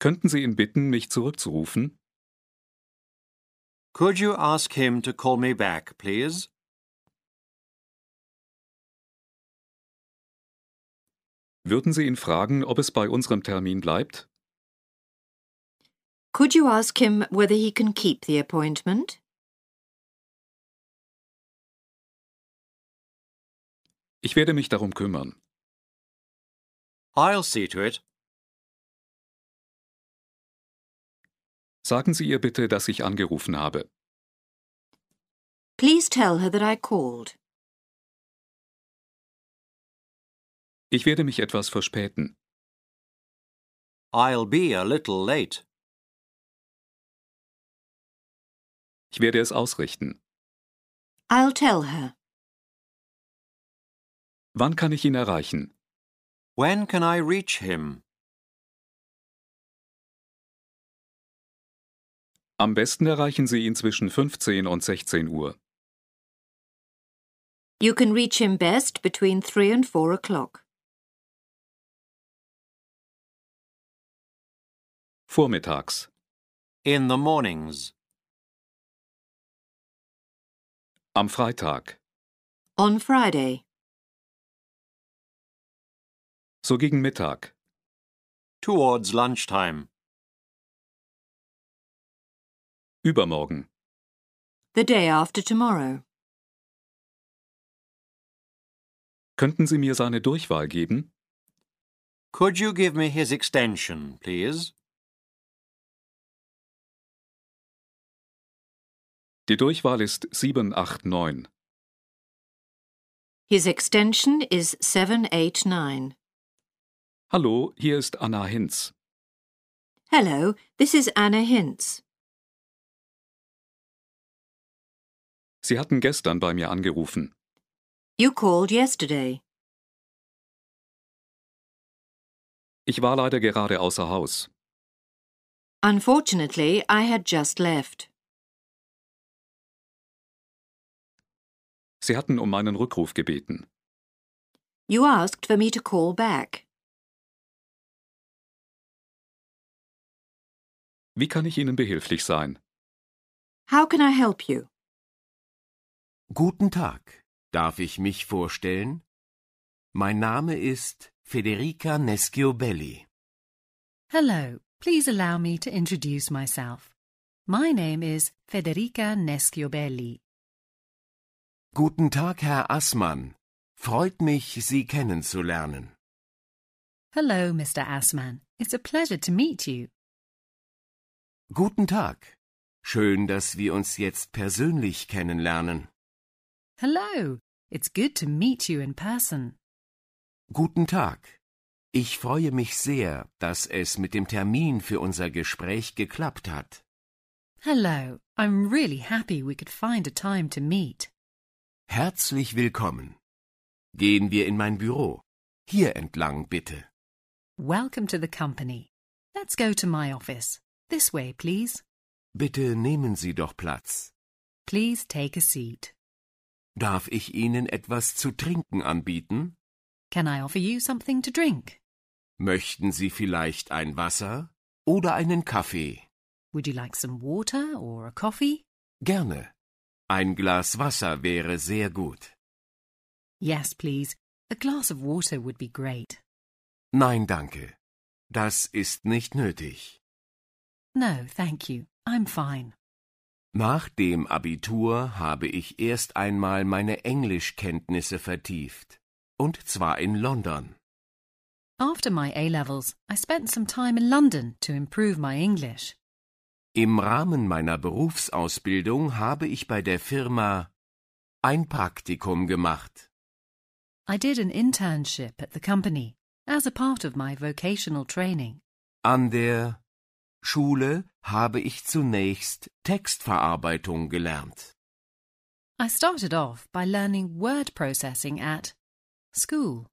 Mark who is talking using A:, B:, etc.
A: Könnten Sie ihn bitten, mich zurückzurufen?
B: Could you ask him to call me back, please?
A: Würden Sie ihn fragen, ob es bei unserem Termin bleibt?
C: Could you ask him whether he can keep the appointment?
A: Ich werde mich darum kümmern.
B: I'll see to it.
A: Sagen Sie ihr bitte, dass ich angerufen habe.
C: Please tell her that I called.
A: Ich werde mich etwas verspäten.
B: I'll be a little late.
A: Ich werde es ausrichten.
C: I'll tell her.
A: Wann kann ich ihn erreichen?
B: When can I reach him?
A: Am besten erreichen Sie ihn zwischen 15 und 16 Uhr.
C: You can reach him best between 3 and 4 o'clock.
A: Vormittags,
B: In the mornings.
A: am Freitag,
C: On Friday.
A: so gegen Mittag,
B: Towards lunchtime.
A: übermorgen,
C: The day after tomorrow.
A: Könnten Sie mir seine Durchwahl geben?
B: Could you give me his extension, please?
A: Die Durchwahl ist 789.
C: His extension is 789.
A: Hallo, hier ist Anna Hinz.
C: Hello, this is Anna Hintz.
A: Sie hatten gestern bei mir angerufen.
C: You called yesterday.
A: Ich war leider gerade außer Haus.
C: Unfortunately, I had just left.
A: Sie hatten um meinen Rückruf gebeten.
C: You asked for me to call back.
A: Wie kann ich Ihnen behilflich sein?
C: How can I help you?
D: Guten Tag. Darf ich mich vorstellen? Mein Name ist Federica Nesciobelli.
E: Hello, please allow me to introduce myself. My name is Federica Nesciobelli.
D: Guten Tag, Herr Assmann. Freut mich, Sie kennenzulernen.
E: Hello, Mr. Assman. It's a pleasure to meet you.
D: Guten Tag. Schön, dass wir uns jetzt persönlich kennenlernen.
E: Hello, it's good to meet you in person.
D: Guten Tag. Ich freue mich sehr, dass es mit dem Termin für unser Gespräch geklappt hat.
E: Hello, I'm really happy we could find a time to meet.
D: Herzlich willkommen. Gehen wir in mein Büro. Hier entlang, bitte.
E: Welcome to the company. Let's go to my office. This way, please.
D: Bitte nehmen Sie doch Platz.
E: Please take a seat.
D: Darf ich Ihnen etwas zu trinken anbieten?
E: Can I offer you something to drink?
D: Möchten Sie vielleicht ein Wasser oder einen Kaffee?
E: Would you like some water or a coffee?
D: Gerne. Ein Glas Wasser wäre sehr gut.
E: Yes, please. A glass of water would be great.
D: Nein, danke. Das ist nicht nötig.
E: No, thank you. I'm fine.
D: Nach dem Abitur habe ich erst einmal meine Englischkenntnisse vertieft, und zwar in London.
E: After my A levels, I spent some time in London to improve my English.
D: Im Rahmen meiner Berufsausbildung habe ich bei der Firma ein Praktikum gemacht.
E: I did an internship at the company as a part of my vocational training.
D: An der Schule habe ich zunächst Textverarbeitung gelernt.
E: I started off by learning word processing at school.